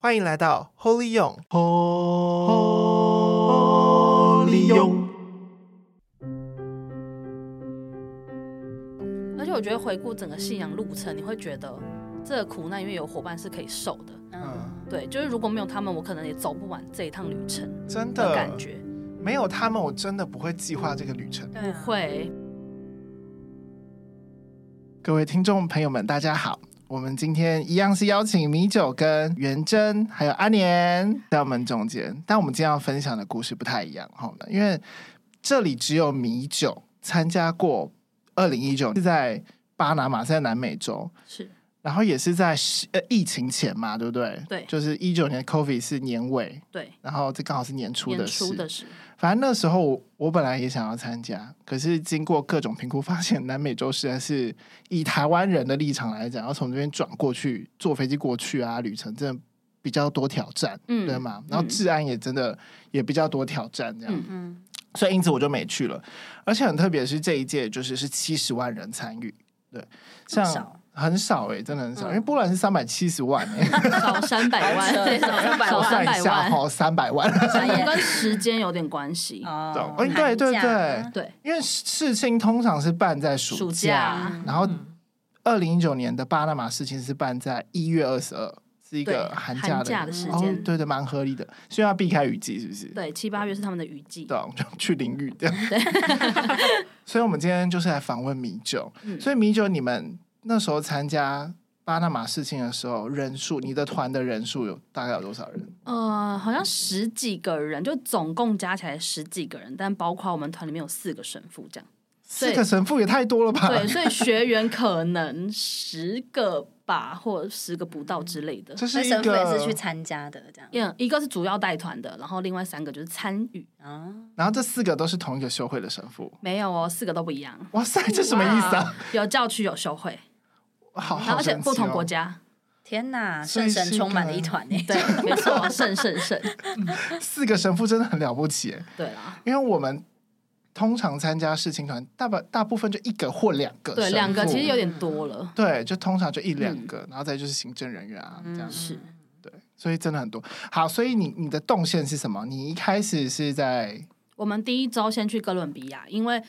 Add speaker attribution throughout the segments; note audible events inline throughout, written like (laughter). Speaker 1: 欢迎来到 Holy 用，
Speaker 2: 哦，利用
Speaker 3: 而且我觉得回顾整个信仰路程，你会觉得这个苦难因为有伙伴是可以受的。
Speaker 1: 嗯
Speaker 3: 嗯，对，就是如果没有他们，我可能也走不完这一趟旅程
Speaker 1: 真
Speaker 3: 的
Speaker 1: 的
Speaker 3: 感觉。
Speaker 1: 没有他们，我真的不会计划这个旅程。
Speaker 3: 不会，
Speaker 1: 各位听众朋友们，大家好，我们今天一样是邀请米酒跟元珍还有阿年在我们中间，但我们今天要分享的故事不太一样好了，因为这里只有米酒参加过二零一九是在巴拿马，是在南美洲，
Speaker 3: 是
Speaker 1: 然后也是在十呃疫情前嘛，对不对？
Speaker 3: 对
Speaker 1: 就是一九年 COVID 是年尾，
Speaker 3: 对，
Speaker 1: 然后这刚好是年初
Speaker 3: 年
Speaker 1: 的事。
Speaker 3: 初的事，
Speaker 1: 反正那时候我我本来也想要参加，可是经过各种评估，发现南美洲实在是以台湾人的立场来讲，要从这边转过去坐飞机过去啊，旅程真的比较多挑战，
Speaker 3: 嗯
Speaker 1: 对吗？然后
Speaker 3: 嗯
Speaker 1: 治安也真的也比较多挑战，这样。
Speaker 3: 嗯
Speaker 2: 嗯，
Speaker 1: 所以因此我就没去了。而且很特别是这一届就是是七十万人参与，对，
Speaker 3: 这么
Speaker 1: 像
Speaker 3: 少
Speaker 1: 很少哎、真的很少，
Speaker 3: 嗯
Speaker 1: 因为波兰是三百七十万哎、
Speaker 3: 少三百万， (laughs) 对，少少
Speaker 2: 少300
Speaker 1: 我算
Speaker 3: 三
Speaker 1: 一
Speaker 3: 百
Speaker 1: 下
Speaker 3: 万，
Speaker 1: 哦，三百万， (laughs)
Speaker 3: 可能跟时间有点关系。
Speaker 2: 哦
Speaker 1: 懂哎对对对
Speaker 3: 对，
Speaker 1: 因为事情通常是办在暑
Speaker 3: 暑假
Speaker 1: 然后二零一九年的巴拿马事情是办在一月二十二，是一个
Speaker 3: 对
Speaker 1: 寒假的
Speaker 3: 寒假的时间
Speaker 1: 哦，对对，蛮合理的，所以要避开雨季，是不是？
Speaker 3: 对，七八月是他们的雨季。
Speaker 1: 懂，就去淋雨这
Speaker 3: (laughs)
Speaker 1: 样。 (laughs) 所以，我们今天就是来访问米酒。
Speaker 3: 嗯
Speaker 1: 所以，米酒，你们那时候参加巴拿马事情的时候，人数，你的团的人数有大概有多少人？
Speaker 3: 呃，好像十几个人，就总共加起来十几个人，但包括我们团里面有四个神父这样。
Speaker 1: 四
Speaker 3: 对
Speaker 1: 个神父也太多了吧？(laughs)
Speaker 3: (laughs) 对，所以学员可能十个吧，或者十个不到之类的。
Speaker 1: 这
Speaker 2: 所
Speaker 1: 是
Speaker 2: 以
Speaker 1: 一
Speaker 2: 神父也是去
Speaker 1: 个。
Speaker 2: 参加的，这样
Speaker 3: 嗯，一个是主要带团的，然后另外三个就是参与。
Speaker 2: 啊，
Speaker 1: 然后这四个都是同一个修会的神父。
Speaker 3: 没有哦，四个都不一样，
Speaker 1: 哇塞，这什么意思啊？
Speaker 3: 有教区有修会，
Speaker 1: 好
Speaker 3: 然后
Speaker 1: 好
Speaker 3: 而且
Speaker 1: 神奇
Speaker 3: 不同
Speaker 1: 哦
Speaker 3: 国家。
Speaker 2: 天哪，
Speaker 1: 所以
Speaker 2: 圣
Speaker 1: 是一个
Speaker 2: 神充满了一团欸呢，
Speaker 3: 对，没错，圣圣圣。
Speaker 1: 四个神父真的很了不起耶，
Speaker 3: 对啦，
Speaker 1: 因为我们通常参加事情团，大部大部分就一个或两个神哦
Speaker 3: 对
Speaker 1: 父，
Speaker 3: 两个其实有点多了。
Speaker 1: 对，就通常就一两个，然后再就是行政人员啊，这样
Speaker 3: 嗯是
Speaker 1: 对，所以真的很多。好，所以你你的动线是什么？你一开始是在
Speaker 3: 我们第一周先去哥伦比亚，因为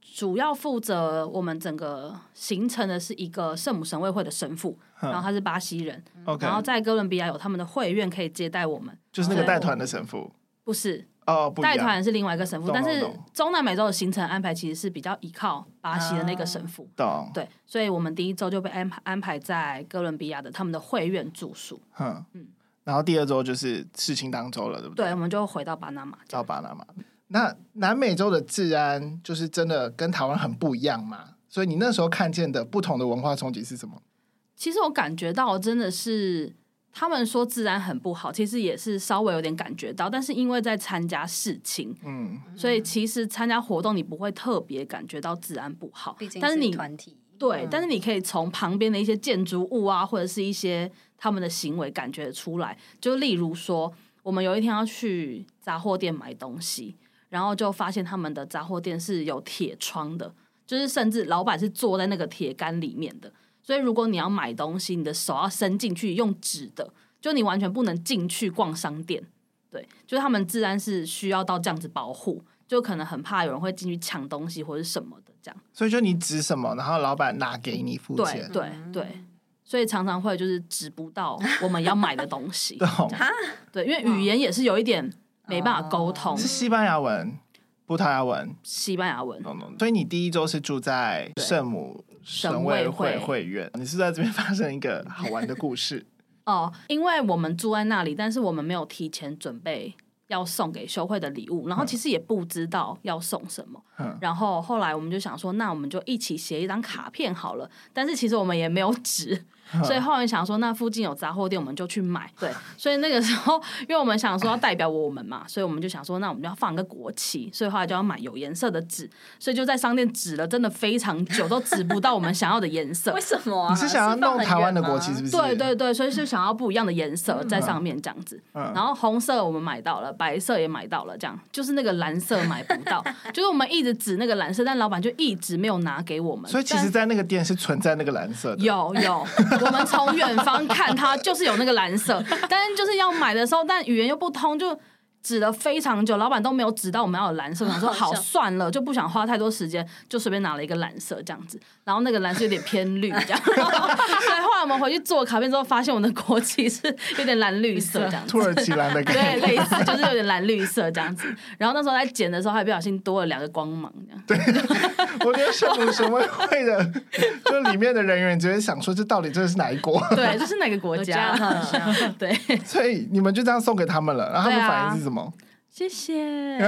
Speaker 3: 主要负责我们整个行程的是一个圣母神卫会的神父，
Speaker 1: 嗯
Speaker 3: 然后他是巴西人，
Speaker 1: OK，
Speaker 3: 然后在哥伦比亚有他们的会院可以接待我们。
Speaker 1: 就是那个
Speaker 3: 对
Speaker 1: 带团的神父
Speaker 3: 不是
Speaker 1: 哦，不一
Speaker 3: 带
Speaker 1: 样，
Speaker 3: 团是另外一个神父，
Speaker 1: 懂
Speaker 3: 但是
Speaker 1: 懂懂
Speaker 3: 中南美洲的行程安排其实是比较依靠巴西的那个神父。
Speaker 1: 懂，
Speaker 3: 对，所以我们第一周就被安排安排在哥伦比亚的他们的会院住宿。
Speaker 1: 嗯
Speaker 3: 嗯
Speaker 1: 然后第二周就是事情当周了，对不
Speaker 3: 对，我们就回到巴拿马。
Speaker 1: 到巴拿马。那南美洲的治安就是真的跟台湾很不一样嘛？所以你那时候看见的不同的文化冲击是什么？
Speaker 3: 其实我感觉到真的是他们说治安很不好，其实也是稍微有点感觉到，但是因为在参加事情，
Speaker 1: 嗯，
Speaker 3: 所以其实参加活动你不会特别感觉到治安不好
Speaker 2: (laughs) 毕，竟
Speaker 3: 但是
Speaker 2: 是
Speaker 3: 你
Speaker 2: 团体，
Speaker 3: 对，但是你可以从旁边的一些建筑物啊，或者是一些他们的行为感觉出来。就例如说，我们有一天要去杂货店买东西，然后就发现他们的杂货店是有铁窗的，就是甚至老板是坐在那个铁杆里面的。所以如果你要买东西，你的手要伸进去，用纸的，就你完全不能进去逛商店。对，就是他们自然是需要到这样子保护，就可能很怕有人会进去抢东西或者什么的这样。
Speaker 1: 所以就你指什么，然后老板拿给你付
Speaker 3: 对
Speaker 1: 钱，。
Speaker 3: 对对，所以常常会就是指不到我们要买的东西
Speaker 1: 懂？
Speaker 3: 对，因为语言也是有一点没办法沟通
Speaker 1: 是，西班牙文、葡萄牙文，
Speaker 3: 西班牙文。
Speaker 1: 懂懂。所以你第一周是住在圣母神卫会
Speaker 3: 神卫会
Speaker 1: 会员，你是在这边发生一个好玩的故
Speaker 3: (laughs)
Speaker 1: 事，
Speaker 3: 哦，因为我们住在那里，但是我们没有提前准备要送给修会的礼物，然后其实也不知道要送什么。
Speaker 1: 嗯
Speaker 3: 然后后来我们就想说，那我们就一起写一张卡片好了。但是其实我们也没有纸，所以后来想说，那附近有杂货店，我们就去买。对，所以那个时候，因为我们想说要代表我们嘛，所以我们就想说，那我们就要放个国旗，所以后来就要买有颜色的纸，所以就在商店指了真的非常久，都指不到我们想要的颜色
Speaker 2: 为。什么啊
Speaker 1: 你是想要弄台湾的国旗，是
Speaker 2: 是
Speaker 1: 不是？
Speaker 3: 对对对，所以是想要不一样的颜色在上面这样子。
Speaker 1: 嗯
Speaker 3: 然后红色我们买到了，白色也买到了，这样就是那个蓝色买不到， (laughs) 就是我们一直指那个蓝色，但老板就一直没有拿给我们。 (laughs)
Speaker 1: 所以其实，在那个店是存在那个蓝色
Speaker 3: 但
Speaker 1: 的。
Speaker 3: 有有，我们从远方看它就是有那个蓝色，但是就是要买的时候，但语言又不通，就指了非常久，老板都没有指到我们要有蓝色，我想说好
Speaker 2: 好笑
Speaker 3: 算了，就不想花太多时间，就随便拿了一个蓝色这样子，然后那个蓝色有点偏绿这样，所以后来我们回去做卡片之后，发现我们的国旗是有点蓝绿色这样子
Speaker 1: 土。耳其蓝的
Speaker 3: 对，
Speaker 1: 感觉，
Speaker 3: 类似就是有点蓝绿色这样子，然后那时候在剪的时候还不小心多了两个光芒，这样
Speaker 1: 我觉得圣母什么会
Speaker 3: (laughs)
Speaker 1: 的，就里面的人员只会想说，这到底这是哪一
Speaker 3: (laughs)
Speaker 1: 国？
Speaker 3: 对，这是哪个国家？ (laughs) 对，
Speaker 1: 所以你们就这样送给他们了，然后他
Speaker 3: 对
Speaker 1: 们
Speaker 3: 啊
Speaker 1: 反应是什么？
Speaker 3: 谢谢。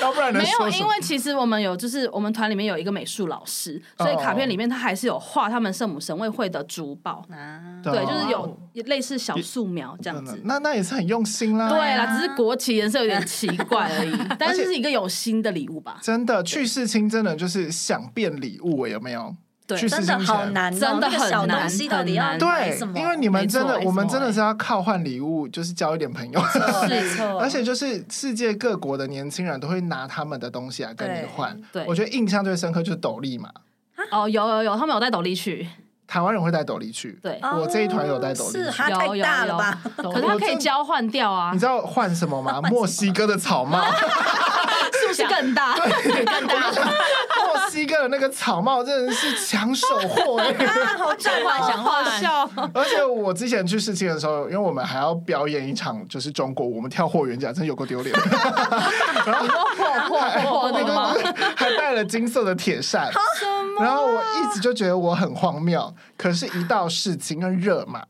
Speaker 1: 要不然能
Speaker 3: 啊没有，
Speaker 1: 说什
Speaker 3: 因
Speaker 1: 么？
Speaker 3: 为其实我们有，就是我们团里面有一个美术老师，
Speaker 1: 哦
Speaker 3: 所以卡片里面他还是有画他们圣母神位会的珠宝，
Speaker 2: 啊，
Speaker 1: 对
Speaker 3: 对，就是
Speaker 1: 哇哦
Speaker 3: 有类似小素描这样
Speaker 1: 真的
Speaker 3: 子。
Speaker 1: 那那也嗯是很用心啦。
Speaker 3: 对啊啦，只是国旗颜色有点奇怪而已，但是是一个有心的礼物吧。
Speaker 1: 真的去世亲真的就是想变礼物欸，有没有？
Speaker 3: 对
Speaker 1: 去世
Speaker 2: 真
Speaker 1: 亲
Speaker 2: 的
Speaker 1: 前
Speaker 2: 好。难、哦，
Speaker 3: 真的
Speaker 2: 那个小
Speaker 3: 很难
Speaker 2: 东西到底要
Speaker 3: 很
Speaker 2: 买
Speaker 1: 对
Speaker 2: 什，么？
Speaker 1: 因为你们真的
Speaker 3: 没，错
Speaker 1: 我们
Speaker 3: 没错
Speaker 1: 真的是要靠换礼物，就是交一点朋友。
Speaker 2: 错
Speaker 3: 是
Speaker 2: 没错，
Speaker 1: (laughs) 而且就是世界各国的年轻人都会拿他们的东西来跟你
Speaker 2: 对
Speaker 1: 换。
Speaker 3: 对
Speaker 1: 我觉得印象最深刻就是斗笠嘛，
Speaker 2: 啊
Speaker 3: 哦，有有有，他们有带斗笠去，
Speaker 1: 台湾人会带斗笠去。
Speaker 3: 对，
Speaker 2: 哦
Speaker 1: 我这一团有带斗笠
Speaker 2: 是它太
Speaker 3: 有有
Speaker 2: 大
Speaker 3: (laughs)
Speaker 2: 了吧？
Speaker 3: 可是它可以交换掉啊
Speaker 1: 你，知道换什么吗？墨西哥的草帽，
Speaker 3: 是不是更大？更大，
Speaker 1: 墨西哥的那个草帽真的是抢手货哎、
Speaker 2: 啊，好
Speaker 3: 想
Speaker 2: 震
Speaker 3: 换
Speaker 2: 撼！
Speaker 3: 想换，好笑。
Speaker 1: 而且我之前去试镜的时候，因为我们还要表演一场，就是中国我们跳货源甲，真的有够丢脸。然后
Speaker 3: 破破破那个吗？
Speaker 1: 还带了金色的铁扇，然后我一直就觉得我很荒谬。可是，一到试镜跟热嘛，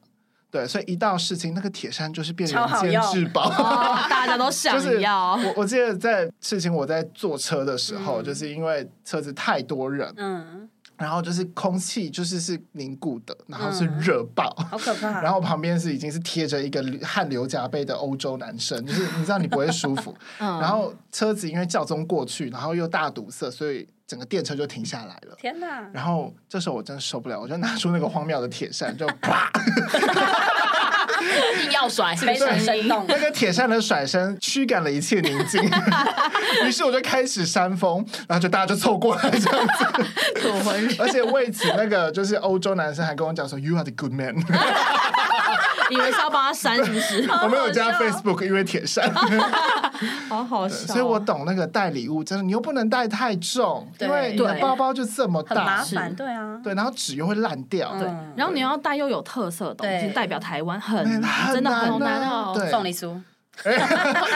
Speaker 1: 对，所以一到试镜那个铁扇就是变人
Speaker 2: 超好
Speaker 1: 间
Speaker 2: 用
Speaker 1: 至宝。
Speaker 3: 哦，大家都想
Speaker 1: 就是
Speaker 3: 要，
Speaker 1: 我我记得在事情我在坐车的时候，就是因为车子太多人，
Speaker 2: 嗯，
Speaker 1: 然后就是空气就是是凝固的，然后是
Speaker 2: 嗯
Speaker 1: 热爆，
Speaker 2: 好可怕。
Speaker 1: (laughs) 然后旁边是已经是贴着一个汗流浃背的欧洲男生，就是你知道你不会舒服。(laughs)
Speaker 3: 嗯
Speaker 1: 然后车子因为教宗过去，然后又大堵塞，所以整个电车就停下来了。
Speaker 2: 天哪！
Speaker 1: 然后这时候我真的受不了，我就拿出那个荒谬的铁扇，就啪，
Speaker 4: 硬要甩，
Speaker 2: 非常 (laughs) 生
Speaker 3: (laughs)
Speaker 2: 动，
Speaker 1: 那个铁扇的甩身驱赶了一切宁静。于是我就开始扇风，然后就大家就凑过来这样子。
Speaker 3: 土魂
Speaker 1: 而且为此，那个就是欧洲男生还跟我讲说，You are the good man。
Speaker 3: 哦以为是要帮他删，是不是？
Speaker 1: 我没有加 Facebook，因为铁扇。
Speaker 3: 好好笑哦
Speaker 1: 所以我懂那个带礼物，真的你又不能带太重，
Speaker 2: 对
Speaker 1: 因为你的
Speaker 3: 对
Speaker 1: 包包就这么
Speaker 2: 很麻
Speaker 1: 大，
Speaker 2: 烦，
Speaker 3: 是
Speaker 2: 对啊，
Speaker 1: 对，然后纸又会烂掉，
Speaker 2: 嗯
Speaker 3: 对，然后你要带又有特色的东西，
Speaker 2: 对
Speaker 3: 代表台湾
Speaker 1: 很难
Speaker 3: 很难，真的很
Speaker 1: 难
Speaker 3: 难
Speaker 1: 啊
Speaker 3: 哦，
Speaker 1: 对
Speaker 2: 凤梨酥，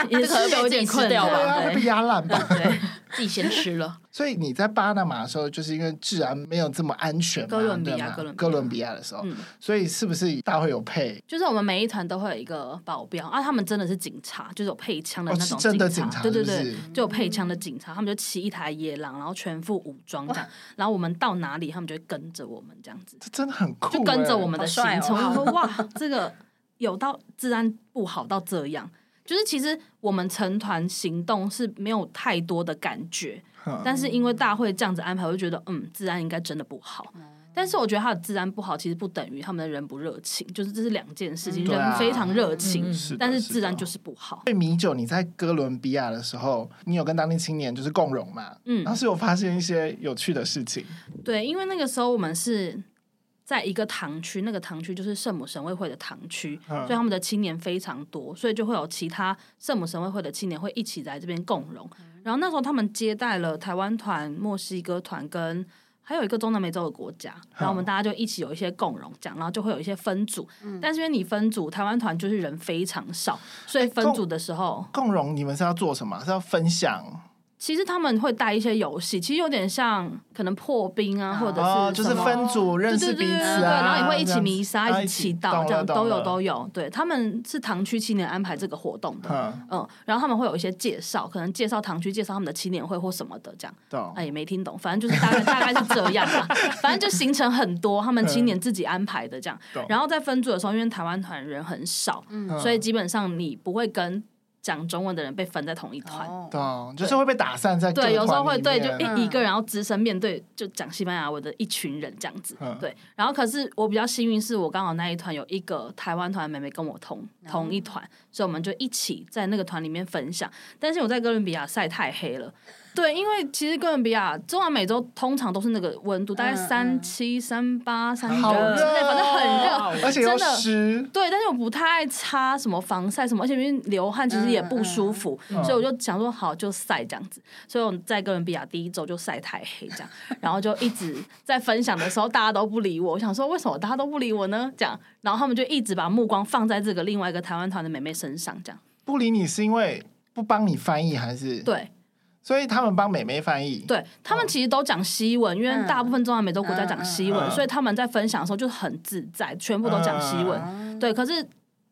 Speaker 3: 也是有一点
Speaker 4: 这个可能被自己吃
Speaker 3: 困
Speaker 4: 掉
Speaker 1: 对啊，会
Speaker 3: 难。对
Speaker 1: 被压烂吧？
Speaker 3: 对，
Speaker 4: 自己先吃了。
Speaker 1: 所以你在巴拿马的时候，就是因为治安没有这么安全嘛，
Speaker 3: 哥伦比亚
Speaker 1: 对吗
Speaker 3: 哥伦比亚
Speaker 1: 哥伦比亚的时候
Speaker 3: 嗯，
Speaker 1: 所以是不是大会有配？
Speaker 3: (laughs) 就是我们每一团都会有一个保镖啊，他们真的是警察，就是有配枪的那
Speaker 1: 哦
Speaker 3: 种
Speaker 1: 是真的警察
Speaker 3: 对对
Speaker 1: 是
Speaker 3: 对
Speaker 1: 不是，
Speaker 3: 就有配枪的警察，他们就骑一台野狼，然后全副武装这样，然后我们到哪里，他们就会跟着我们这样子。
Speaker 1: 这真的很酷欸，
Speaker 3: 就跟着我们的行
Speaker 2: 好帅哦
Speaker 3: 程。我说哇，这个有到治安不好到这样，就是其实我们成团行动是没有太多的感觉，
Speaker 1: 嗯。
Speaker 3: 但是因为大会这样子安排，我就觉得嗯，治安应该真的不好。但是我觉得他的治安不好，其实不等于他们的人不热情，就是这是两件事情。
Speaker 1: 嗯对啊
Speaker 3: 人非常热情，
Speaker 4: 嗯
Speaker 1: 是的
Speaker 3: 但是
Speaker 1: 是的
Speaker 3: 治安就是不好。
Speaker 1: 对米酒，你在哥伦比亚的时候，你有跟当地青年就是共融嘛？
Speaker 3: 嗯
Speaker 1: 然后是有发现一些有趣的事情，
Speaker 3: 对，因为那个时候我们是在一个堂区，那个堂区就是圣母神卫会的堂区，
Speaker 1: 嗯
Speaker 3: 所以他们的青年非常多，所以就会有其他圣母神卫会的青年会一起来这边共荣。然后那时候他们接待了台湾团、墨西哥团跟。还有一个中南美洲的国家，然后我们大家就一起有一些共荣，这样，然后就会有一些分组。但是因为你分组，台湾团就是人非常少，所以分
Speaker 1: 哎共
Speaker 3: 组的时候，
Speaker 1: 共融你们是要做什么？是要分享
Speaker 3: 其实他们会带一些游戏，其实有点像可能破冰啊，或者是
Speaker 1: 哦，就是
Speaker 3: 什么
Speaker 1: 分组认识彼
Speaker 3: 对
Speaker 1: 此
Speaker 3: 对对
Speaker 1: 啊，
Speaker 3: 对，然后也会
Speaker 1: 这
Speaker 3: 一起
Speaker 1: 样
Speaker 3: 弥撒、
Speaker 1: 啊
Speaker 3: 一起祈
Speaker 1: 懂
Speaker 3: 祷，
Speaker 1: 了
Speaker 3: 这样
Speaker 1: 懂
Speaker 3: 都有
Speaker 1: 了
Speaker 3: 都有。对，他们是堂区青年安排这个活动的，
Speaker 1: 嗯，
Speaker 3: 嗯，然后他们会有一些介绍，可能介绍堂区、介绍他们的青年会或什么的，这样。
Speaker 1: 懂
Speaker 3: 哎，也没听懂，反正就是大概大概是这样
Speaker 1: (laughs)
Speaker 3: 啦。反正就行程很多，他们青年自己安排的这样
Speaker 1: 嗯懂。
Speaker 3: 然后在分组的时候，因为台湾团人很少，
Speaker 1: 嗯
Speaker 3: 所以基本上你不会跟讲中文的人被分在同一团。
Speaker 2: 哦，
Speaker 1: 懂，就是会被打散在各
Speaker 3: 对，有时
Speaker 1: 团
Speaker 3: 候会
Speaker 1: 里
Speaker 3: 对，就
Speaker 1: 面
Speaker 2: 嗯
Speaker 3: 一一个人要只身面对就讲西班牙文的一群人这样子
Speaker 1: 嗯，
Speaker 3: 对。然后可是我比较幸运，是我刚好那一团有一个台湾团的妹妹跟我同
Speaker 2: 嗯
Speaker 3: 同一团，所以我们就一起在那个团里面分享。但是我在哥伦比亚晒太黑了，对，因为其实哥伦比亚、中南美洲通常都是那个温度，大概
Speaker 2: 嗯嗯
Speaker 3: 三七、三八、三九
Speaker 1: 好
Speaker 2: 热
Speaker 3: 之类，反正很热。
Speaker 2: 哦
Speaker 1: 而且又
Speaker 3: 真的
Speaker 1: 湿，
Speaker 3: 对，但是我不太爱擦什么防晒什么，而且因为流汗其实也不舒服，
Speaker 1: 嗯嗯
Speaker 3: 所以我就想说好就晒这样子。所以我在哥伦比亚第一周就晒太黑这样，然后就一直在分享的时候大家都不理我，我想说为什么大家都不理我呢？这样，然后他们就一直把目光放在这个另外一个台湾团的妹妹身上这样。
Speaker 1: 不理你是因为不帮你翻译还是？，
Speaker 3: 对
Speaker 1: 所以他们帮美眉翻译。
Speaker 3: 对，他们其实都讲西文，因为
Speaker 2: 嗯
Speaker 3: 大部分中南美洲国家讲西
Speaker 1: 嗯嗯
Speaker 3: 文，
Speaker 1: 嗯
Speaker 3: 所以他们在分享的时候就很自在，全部都讲西文。
Speaker 2: 哦
Speaker 3: 对，可是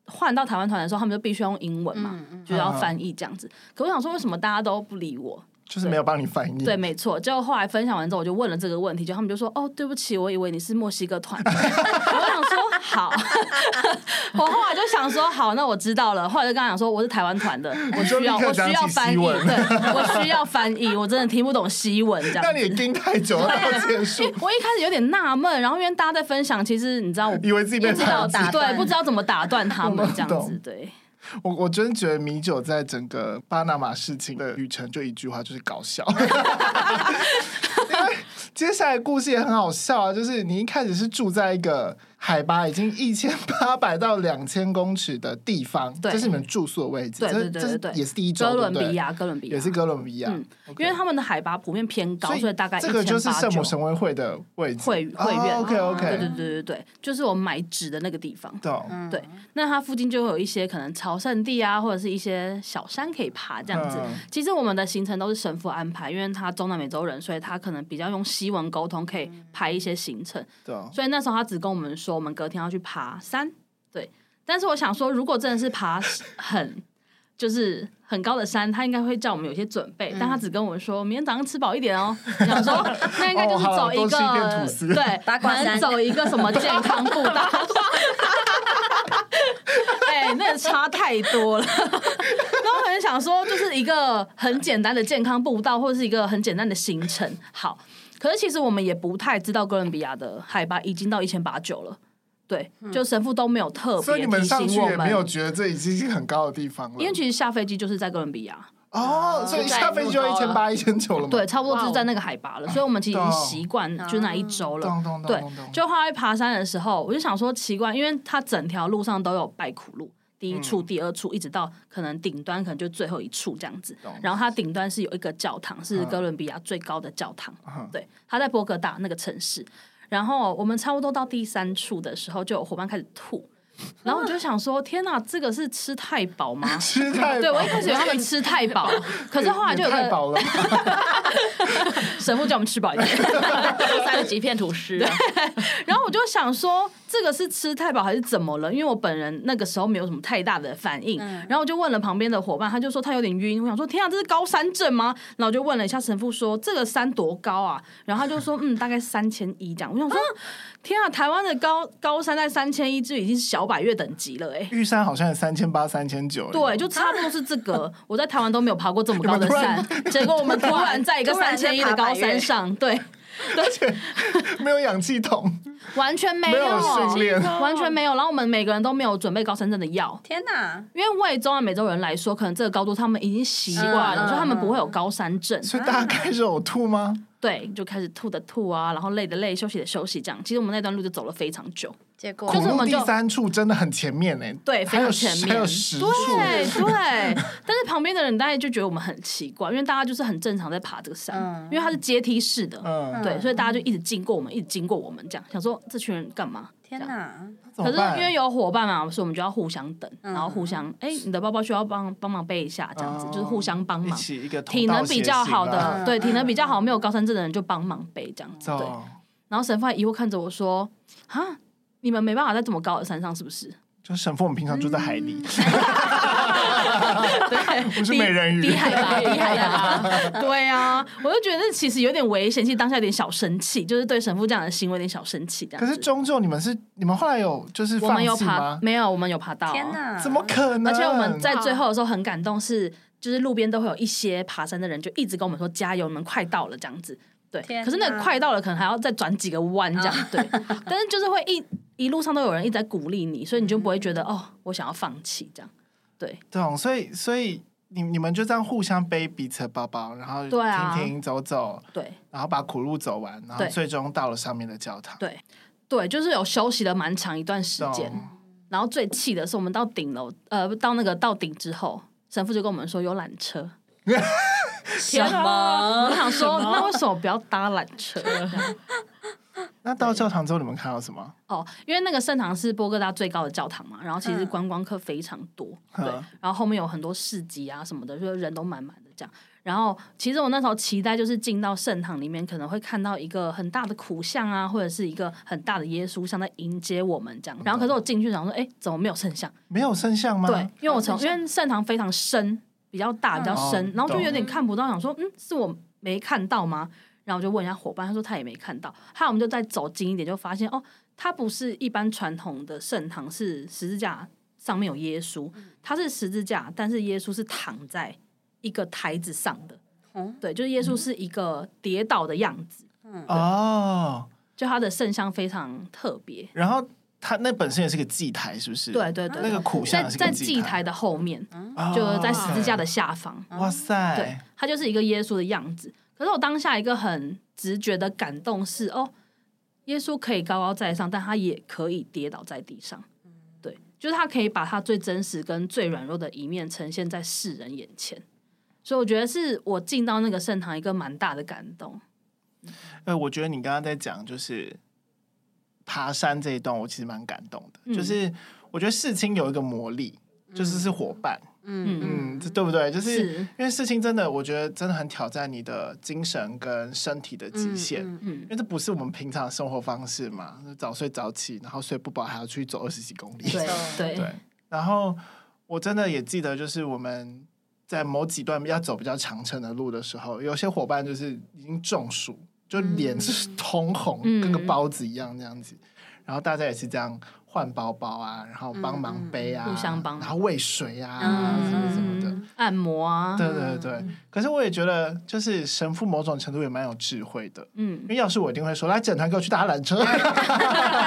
Speaker 3: 换到台湾团的时候，他们就必须用英文嘛。
Speaker 2: 嗯嗯
Speaker 3: 就要翻译这样子。可我想说，为什么大家都不理我？
Speaker 1: 就是没有帮你翻译。
Speaker 3: 对，，没错。结果后来分享完之后，我就问了这个问题，就他们就说：“哦，对不起，我以为你是墨西哥团。” (laughs) 我想说好， (laughs) 我后来就想说好，那我知道了。后来就跟他讲说我是台湾团的，我
Speaker 1: 就
Speaker 3: 需要
Speaker 1: 立刻
Speaker 3: 我需
Speaker 1: 讲
Speaker 3: 要
Speaker 1: 起
Speaker 3: 翻
Speaker 1: 西
Speaker 3: 译，
Speaker 1: 文
Speaker 3: 对我需要翻译，我真的听不懂西文这样
Speaker 1: 那。你也盯太久了， (laughs) 然后结束，
Speaker 3: 我一开始有点纳闷，然后因为大家在分享，其实你知道我
Speaker 1: 以为自己被
Speaker 3: 不知道
Speaker 1: 翻译。
Speaker 2: 打断
Speaker 3: 对，不知道怎么打断他
Speaker 1: 我
Speaker 3: 们
Speaker 1: 懂
Speaker 3: 这样子，对。
Speaker 1: 我我真觉得米酒在整个巴拿马事情的旅程，就一句话就是搞笑。 (laughs) 因为接下来的故事也很好笑啊，就是你一开始是住在一个海拔已经一千八百到两千公尺的地方，
Speaker 3: 对
Speaker 1: 这是你们住宿的位置，
Speaker 3: 对对
Speaker 1: 这
Speaker 3: 对
Speaker 1: 这
Speaker 3: 对
Speaker 1: 是
Speaker 3: 对
Speaker 1: 也是第一周，
Speaker 3: 哥伦
Speaker 1: 对不
Speaker 3: 比
Speaker 1: 对，
Speaker 3: 亚，哥伦比亚
Speaker 1: 也是哥伦比亚，
Speaker 3: 嗯因为他们的海拔普遍偏高，所以大概
Speaker 1: 这个就是圣母
Speaker 3: 1800
Speaker 1: 神威会的位置，哦
Speaker 3: 会会员啊
Speaker 1: OK
Speaker 3: 对对
Speaker 1: OK，
Speaker 3: 对对对，就是我买纸的那个地方。
Speaker 1: 懂。
Speaker 2: 嗯
Speaker 3: 对，那它附近就会有一些可能朝圣地啊，或者是一些小山可以爬这样子。
Speaker 1: 嗯
Speaker 3: 其实我们的行程都是神父安排，因为他中南美洲人，所以他可能比较用西文沟通，可以排一些行程。
Speaker 1: 懂，
Speaker 3: 所以那时候他只跟我们说，我们隔天要去爬山。对，但是我想说，如果真的是爬很就是很高的山，他应该会叫我们有些准
Speaker 1: 嗯
Speaker 3: 备，但他只跟我们说明天早上吃饱一点哦。想说那应该就是
Speaker 1: 哦好
Speaker 3: 走一
Speaker 1: 多吃
Speaker 3: 个、
Speaker 1: 一片吐司
Speaker 3: 对，
Speaker 2: 八卦
Speaker 1: (laughs)
Speaker 3: 可能
Speaker 2: 山
Speaker 3: 走一个什么健康步道。哎、那个差太多了。 (laughs) 然后我很想说，就是一个很简单的健康步道，或者是一个很简单的行程。好，可是其实我们也不太知道哥伦比亚的海拔已经到一千八九了，对，就神父都没有特
Speaker 1: 所以
Speaker 3: 别
Speaker 1: 你
Speaker 3: 提
Speaker 1: 们上去
Speaker 3: 醒我
Speaker 1: 也没有觉得这已经是很高的地方了，
Speaker 3: 因为其实下飞机就是在哥伦比亚，嗯
Speaker 1: 哦，所以
Speaker 2: 就
Speaker 1: 下
Speaker 2: 在
Speaker 1: 飞机
Speaker 2: 路
Speaker 1: 就一
Speaker 2: 高
Speaker 1: 千
Speaker 2: 了
Speaker 1: 八、一千九了嘛，
Speaker 3: 对，差不多就是在那个海拔了，所以我们其实已经
Speaker 1: 哦懂
Speaker 3: 习惯就那一周了。
Speaker 1: 咚咚咚
Speaker 3: 对
Speaker 1: 咚咚，
Speaker 3: 就后来爬山的时候，我就想说奇怪，因为它整条路上都有拜苦路，第一
Speaker 1: 嗯
Speaker 3: 处、第二处，一直到可能顶端，可能就最后一处这样子
Speaker 1: 懂。
Speaker 3: 然后它顶端是有一个教堂，是
Speaker 1: 嗯
Speaker 3: 哥伦比亚最高的教堂，
Speaker 1: 嗯
Speaker 3: 对，它在波哥大那个城市。然后我们差不多到第三处的时候，就有伙伴开始吐，
Speaker 1: 啊
Speaker 3: 然后我就想说：天哪，这个是吃太
Speaker 1: (laughs)
Speaker 3: 饱吗？
Speaker 1: 吃太
Speaker 3: 对
Speaker 1: 饱
Speaker 3: 我一开始以为他
Speaker 1: (laughs)
Speaker 3: 们吃太饱，可是后来就有
Speaker 1: 也太
Speaker 3: 个 (laughs)
Speaker 1: 饱了吧，
Speaker 3: 神父叫我们吃饱一
Speaker 2: (laughs)
Speaker 3: 点，
Speaker 2: 三十几片吐司，
Speaker 3: 然后我就想说，这个是吃太饱还是怎么了？因为我本人那个时候没有什么太大的反应，
Speaker 2: 嗯
Speaker 3: 然后我就问了旁边的伙伴，他就说他有点晕。我想说，天啊，这是高山症吗？然后我就问了一下神父说，这个山多高啊？然后他就说，嗯，大概三千一这样。我想说，天啊，台湾的高高山在三千一就已经是小百越等级了、欸，哎。
Speaker 1: 玉山好像也三千八、三千九，
Speaker 3: 对，就差不多是这
Speaker 2: 啊
Speaker 3: 个。我在台湾都没有爬过这么高的山，结果我们突然在一个
Speaker 2: (laughs) 突
Speaker 3: 三
Speaker 2: 然
Speaker 3: 千一的
Speaker 2: 就爬
Speaker 3: 高
Speaker 2: 百
Speaker 3: 山
Speaker 2: 越
Speaker 3: 上，对，
Speaker 1: 没有氧气
Speaker 3: 啊
Speaker 1: 筒，
Speaker 3: 完全没
Speaker 1: 没有训练，
Speaker 3: 完全没有。然后我们每个人都没有准备高山症的药，
Speaker 2: 天哪！
Speaker 3: 因为为中南啊美洲人来说，可能这个高度他们已经习惯了，
Speaker 2: 嗯
Speaker 3: 所以他们不会有高山症。
Speaker 1: 所以大家开始呕吐吗？
Speaker 3: 对，就开始吐的吐啊，然后累的累，休息的休息，这样。其实我们那段路就走了非常久。
Speaker 2: 结果
Speaker 1: 苦
Speaker 3: 是我
Speaker 1: 路
Speaker 3: 们
Speaker 1: 第
Speaker 3: 就
Speaker 1: 三处真的很前面呢，
Speaker 3: 对，非
Speaker 1: 还有
Speaker 3: 常前
Speaker 1: 十
Speaker 3: 面，
Speaker 1: 还有十处，欸
Speaker 3: 对对，但是旁边的人大家就觉得我们很奇怪，因为大家就是很正常在爬这个山，
Speaker 2: 嗯
Speaker 3: 因为它是阶梯式的，
Speaker 1: 嗯，
Speaker 3: 对，所以大家就一直经过我们，一直经过我们，这样想说这群人干嘛？
Speaker 2: 天
Speaker 3: 这样
Speaker 2: 哪！
Speaker 1: 怎
Speaker 3: 可
Speaker 1: 么
Speaker 3: 是
Speaker 1: 办
Speaker 3: 因为有伙伴嘛，所以我们就要互相等，
Speaker 2: 嗯
Speaker 3: 然后互相，哎、你的包包需要帮帮忙背一下，这样子、
Speaker 1: 哦
Speaker 3: 就是互相帮
Speaker 1: 一
Speaker 3: 忙。
Speaker 1: 起一个同
Speaker 3: 体
Speaker 1: 道
Speaker 3: 能比
Speaker 1: 协
Speaker 3: 较
Speaker 1: 行
Speaker 3: 好
Speaker 1: 啊嗯
Speaker 3: 的，
Speaker 2: 嗯
Speaker 3: 对
Speaker 2: 嗯
Speaker 3: 体能比较好没有高山症的人就帮忙背这样子。对，
Speaker 1: 走，
Speaker 3: 然后神父还疑惑看着我说：“啊，你们没办法在这么高的山上是不是？
Speaker 1: 就神父，我们平常住在海里，
Speaker 3: 嗯对， (laughs)
Speaker 1: 我是
Speaker 3: 低
Speaker 1: 美人鱼
Speaker 3: 低海
Speaker 1: (laughs)
Speaker 3: 拔，低海拔。对啊，我就觉得其实有点危险，其实当下有点小生气，就是对神父这样的行为有点小生气这
Speaker 1: 可
Speaker 3: 样
Speaker 1: 是
Speaker 3: 子。
Speaker 1: 终究你们是你们后来有就是
Speaker 3: 我
Speaker 1: 放
Speaker 3: 们有
Speaker 1: 弃
Speaker 3: 爬
Speaker 1: 吗，？
Speaker 3: 没有，我们有爬到。啊
Speaker 2: 天哪！
Speaker 1: 怎么可能？
Speaker 3: 而且我们在最后的时候很感动是，就是路边都会有一些爬山的人，就一直跟我们说加油，你们快到了这样子。对，
Speaker 2: 天哪
Speaker 3: 可是那个快到了，可能还要再转几个弯这样。对，但是就是会一一路上都有人一直在鼓励你，所以你就不会觉得、哦，我想要放弃这样。
Speaker 1: 啊懂，所以所以你你们就这样互相背彼此的包包，然后
Speaker 3: 对啊
Speaker 1: 停停走走，
Speaker 3: 对
Speaker 1: 然后把苦路走完，然后
Speaker 3: 对
Speaker 1: 最终到了上面的教堂。
Speaker 3: 对对，就是有休息了蛮长一段时
Speaker 1: 懂
Speaker 3: 间。然后最气的是，我们到顶楼，呃，到那个到顶之后，神父就跟我们说有缆车。
Speaker 2: 什
Speaker 3: 我
Speaker 2: 么？
Speaker 3: 想说，那为什么不要搭缆车？
Speaker 1: 那到教堂之后，你们看到什么？
Speaker 3: 哦，因为那个圣堂是波哥大最高的教堂嘛，然后其实
Speaker 2: 嗯
Speaker 3: 观光客非常多，对
Speaker 1: 嗯，
Speaker 3: 然后后面有很多市集啊什么的，就是人都满满的这样。然后其实我那时候期待就是进到圣堂里面，可能会看到一个很大的苦像啊，或者是一个很大的耶稣像在迎接我们这样。然后可是我进去想说，哎，怎么没有圣像？
Speaker 1: 没有圣像吗？
Speaker 3: 对，因为我从
Speaker 2: 圣
Speaker 3: 因
Speaker 2: 像
Speaker 3: 为圣堂非常深，比较大，比较深
Speaker 1: 哦，
Speaker 3: 然后就
Speaker 1: 懂
Speaker 3: 有点看不到，想说，嗯，是我没看到吗？然后我就问一下伙伴，他说他也没看到。还有我们就再走近一点，就发现哦，它不是一般传统的圣堂，是十字架上面有耶稣，
Speaker 1: 嗯
Speaker 3: 它是十字架，但是耶稣是躺在一个台子上的，
Speaker 2: 哦
Speaker 3: 对，就是耶稣是一个跌倒的样子，
Speaker 1: 嗯哦，
Speaker 3: 就他的圣像非常特别，
Speaker 1: 然后它那本身也是个祭台，是不是？
Speaker 3: 对，对对，
Speaker 1: 那个苦像
Speaker 3: 在
Speaker 1: 也是
Speaker 3: 在
Speaker 1: 个
Speaker 3: 祭台
Speaker 1: 台，
Speaker 3: 的后面，
Speaker 1: 哦
Speaker 3: 就在十字架的。下方。
Speaker 1: 哇
Speaker 3: 对
Speaker 1: 塞，，他
Speaker 3: 他就是一个耶稣的样子。可是我当下一个很直觉的感动是，哦，耶稣可以高高在上，但他也可以跌倒在地上。对，就是他可以把他最真实跟最软弱的一面呈现在世人眼前。所以我觉得是我进到那个圣堂一个蛮大的感动。
Speaker 1: 呃，我觉得你刚刚在讲就是爬山这一段，我其实蛮感动的，
Speaker 3: 嗯
Speaker 1: 就是我觉得事情有一个魔力，就是是伙伴，
Speaker 2: 嗯
Speaker 1: 嗯，这对不对？就是
Speaker 3: 是
Speaker 1: 因为事情真的，我觉得真的很挑战你的精神跟身体的极限。
Speaker 2: 嗯
Speaker 3: 嗯
Speaker 1: 因，为这不是我们平常的生活方式嘛，早睡早起，然后睡不饱还要去走二十几公里。
Speaker 3: 嗯对对
Speaker 1: 对，然后我真的也记得，就是我们在某几段要走比较长程的路的时候，有些伙伴就是已经中暑，就脸是通红，
Speaker 3: 嗯
Speaker 1: 跟个包子一样这样子。然后大家也是这样换包包啊，然后帮忙背啊，
Speaker 3: 嗯嗯互相帮忙
Speaker 1: 然后喂水啊，
Speaker 2: 嗯
Speaker 1: 什么什么的。
Speaker 3: 嗯按摩啊，
Speaker 1: 对对对，可是我也觉得，就是神父某种程度也蛮有智慧的，
Speaker 3: 嗯
Speaker 1: 因为要是我一定会说，来整团给我去搭缆车。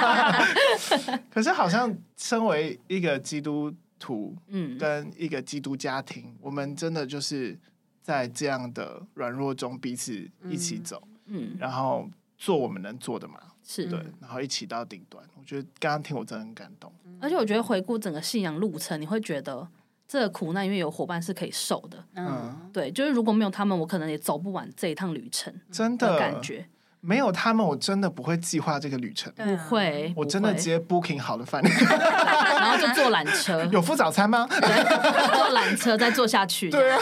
Speaker 1: (laughs) 可是好像身为一个基督徒
Speaker 3: 嗯，
Speaker 1: 跟一个基督家庭，我们真的就是在这样的软弱中彼此一起走，
Speaker 3: 嗯
Speaker 1: 然后做我们能做的嘛，
Speaker 3: 是
Speaker 1: 对，然后一起到顶端。我觉得刚刚听我真的很感动，
Speaker 3: 而且我觉得回顾整个信仰路程，你会觉得这个苦难因为有伙伴是可以受的。
Speaker 2: 嗯，
Speaker 3: 对，就是如果没有他们，我可能也走不完这一趟旅程
Speaker 1: 真
Speaker 3: 的
Speaker 1: 的
Speaker 3: 感觉。
Speaker 1: 没有他们，我真的不会计划这个旅程。
Speaker 2: 对啊
Speaker 3: 不会，
Speaker 1: 我
Speaker 3: 不
Speaker 1: 真的
Speaker 3: 会 (laughs)
Speaker 1: 直，接 booking 好的饭店，
Speaker 3: 然后就坐缆车，
Speaker 1: (laughs) 有付早餐吗？
Speaker 3: 坐缆车再坐下去。
Speaker 1: 对啊，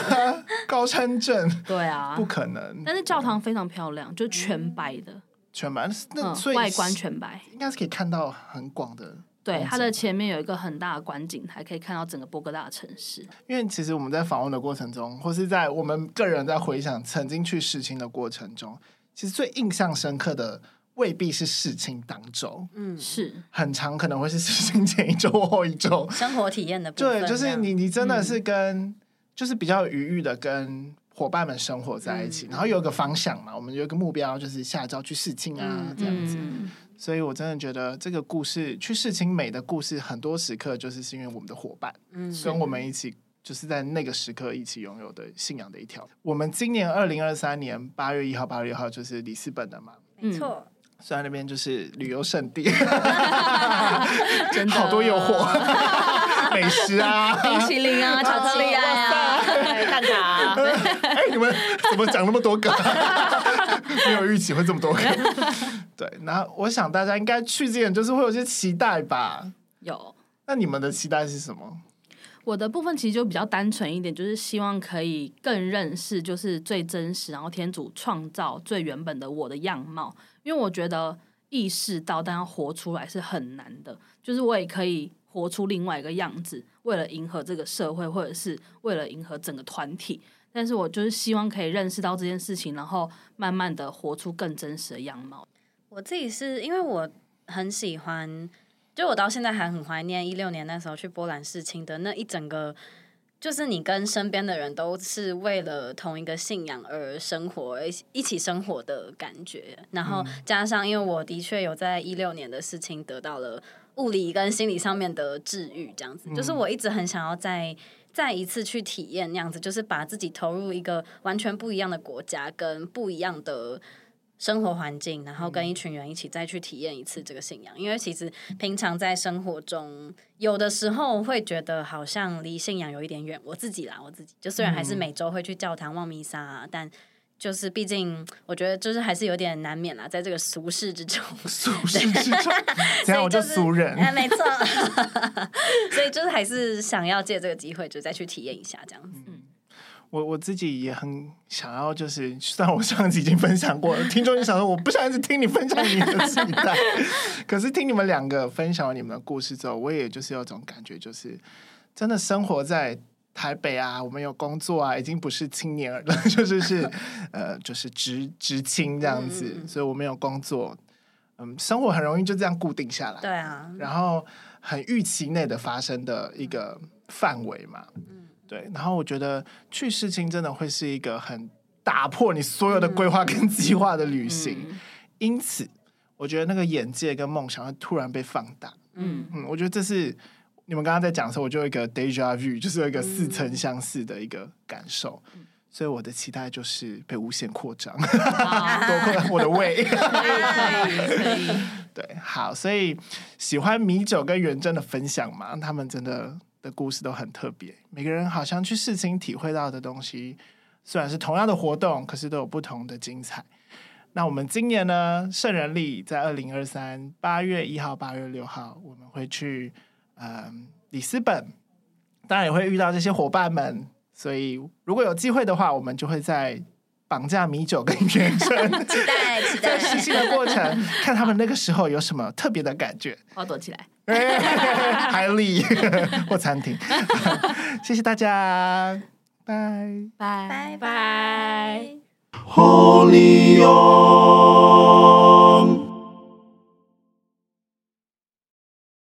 Speaker 1: 高山镇
Speaker 3: 对啊
Speaker 1: 不，可能，
Speaker 3: 但是教堂非常漂亮，就全白的，
Speaker 1: 全班那
Speaker 3: 嗯
Speaker 1: 所，以
Speaker 3: 外观全白。
Speaker 1: 应该是可以看到很广的。
Speaker 3: 对，
Speaker 1: 风
Speaker 3: 它的
Speaker 1: 景
Speaker 3: 前面有一个很大的观景台，可以看到整个波哥大的城市。
Speaker 1: 因为其实我们在访问的过程中，或是在我们个人在回想曾经去试青的过程中，其实最印象深刻的未必是试青当周，
Speaker 2: 嗯，
Speaker 3: 是，
Speaker 1: 很长可能会是试青前一周或后一周。
Speaker 2: 生活体验的部
Speaker 1: 对，
Speaker 2: 分，
Speaker 1: 就
Speaker 2: 这
Speaker 1: 是
Speaker 2: 样嗯
Speaker 1: 你，你真的是跟、就是比较有余裕的跟伙伴们生活在一起，
Speaker 2: 嗯
Speaker 1: 然后有一个方向嘛，我们有一个目标，就是下周去试青啊、
Speaker 2: 嗯
Speaker 1: 这样子。
Speaker 3: 嗯，
Speaker 1: 所以我真的觉得这个故事去事情美的故事，很多时刻就是是因为我们的伙伴
Speaker 2: 嗯
Speaker 1: 跟我们一起，就是在那个时刻一起拥有的信仰的一条。我们今年二零二三年八月一号、八月六号就是里斯本的嘛，
Speaker 2: 没错，
Speaker 1: 虽然那边就是旅游胜地，
Speaker 3: (laughs) 真的
Speaker 1: (laughs) 好多诱惑，
Speaker 3: (laughs)
Speaker 1: 美食啊。
Speaker 3: 冰淇
Speaker 1: (laughs)
Speaker 3: 淋啊，巧克力啊，
Speaker 2: 对蛋挞啊，
Speaker 1: 哎，你们怎么讲那么多个？ (laughs) 没有预期会这么多
Speaker 3: (laughs)
Speaker 1: 个。对，那我想大家应该去之前就是会有些期待吧？
Speaker 3: 有。
Speaker 1: 那你们的期待是什么？
Speaker 3: 我的部分其实就比较单纯一点，就是希望可以更认识，就是最真实，然后天主创造最原本的我的样貌。因为我觉得意识到，但要活出来是很难的。就是我也可以活出另外一个样子，为了迎合这个社会，或者是为了迎合整个团体。但是我就是希望可以认识到这件事情，然后慢慢的活出更真实的样貌。
Speaker 2: 我自己是因为我很喜欢，就我到现在还很怀念一六年那时候去波兰试亲的那一整个，就是你跟身边的人都是为了同一个信仰而生活，而一起生活的感觉。然后加上，因为我的确有在一六年的事情得到了。物理跟心理上面的治愈，这样子。就是我一直很想要再再一次去体验那样子，就是把自己投入一个完全不一样的国家跟不一样的。生活环境，然后跟一群人一起再去体验一次这个信仰，因为其实平常在生活中，有的时候会觉得好像离信仰有一点远。我自己啦，我自己就虽然还
Speaker 1: 嗯
Speaker 2: 是每周会去教堂望弥撒、啊，但就是毕竟我觉得就是还是有点难免啦，在这个俗世之中，
Speaker 1: 俗世 (laughs) 之中，这样我就俗人。
Speaker 2: 哎，没错， (laughs) 所以就是还是想要借这个机会，就再去体验一下这样
Speaker 1: 嗯
Speaker 2: 子。
Speaker 1: 我我自己也很想要，就是虽然我上集已经分享过了，听众就想说我不想一直听你分享你的期待， (laughs) 可是听你们两个分享完你们的故事之后，我也就是有种感觉，就是真的生活在台北啊，我们有工作啊，已经不是青年了， (laughs) 就是是呃，就是职职青这样子，
Speaker 2: 嗯嗯嗯
Speaker 1: 所以我们有工作，嗯，生活很容易就这样固定下来，
Speaker 2: 对啊，
Speaker 1: 然后很预期内的发生的一个范围嘛。对。然后我觉得去世青真的会是一个很打破你所有的规划跟计划的旅行，因此我觉得那个眼界跟梦想会突然被放大。
Speaker 2: 嗯
Speaker 3: 嗯，
Speaker 1: 嗯，我觉得这是你们刚刚在讲的时候，我就有一个 deja vu，就是有一个似曾相识的一个感受。所以我的期待就是被无限扩张，
Speaker 2: 嗯
Speaker 3: 好，
Speaker 1: 多扩张我的胃。
Speaker 3: 可以可以可以，
Speaker 1: 对，好，所以喜欢米酒跟元真的分享嘛，他们真的的故事都很特别，每个人好像去事情体会到的东西，虽然是同样的活动，可是都有不同的精彩。那我们今年呢，圣人历在二零二三八月一号、八月六号，我们会去嗯、里斯本，当然也会遇到这些伙伴们，所以如果有机会的话，我们就会在绑架米酒跟元真。
Speaker 2: 期待期
Speaker 1: 在 (laughs)
Speaker 2: 待，
Speaker 1: 实习的过程，看他们那个时候有什么特别的感觉。
Speaker 3: 我要躲起来。
Speaker 1: (laughs) 海里 (laughs) 或餐厅， (laughs) 谢谢大家，拜。
Speaker 3: 拜
Speaker 2: 拜拜。
Speaker 4: Holy Om.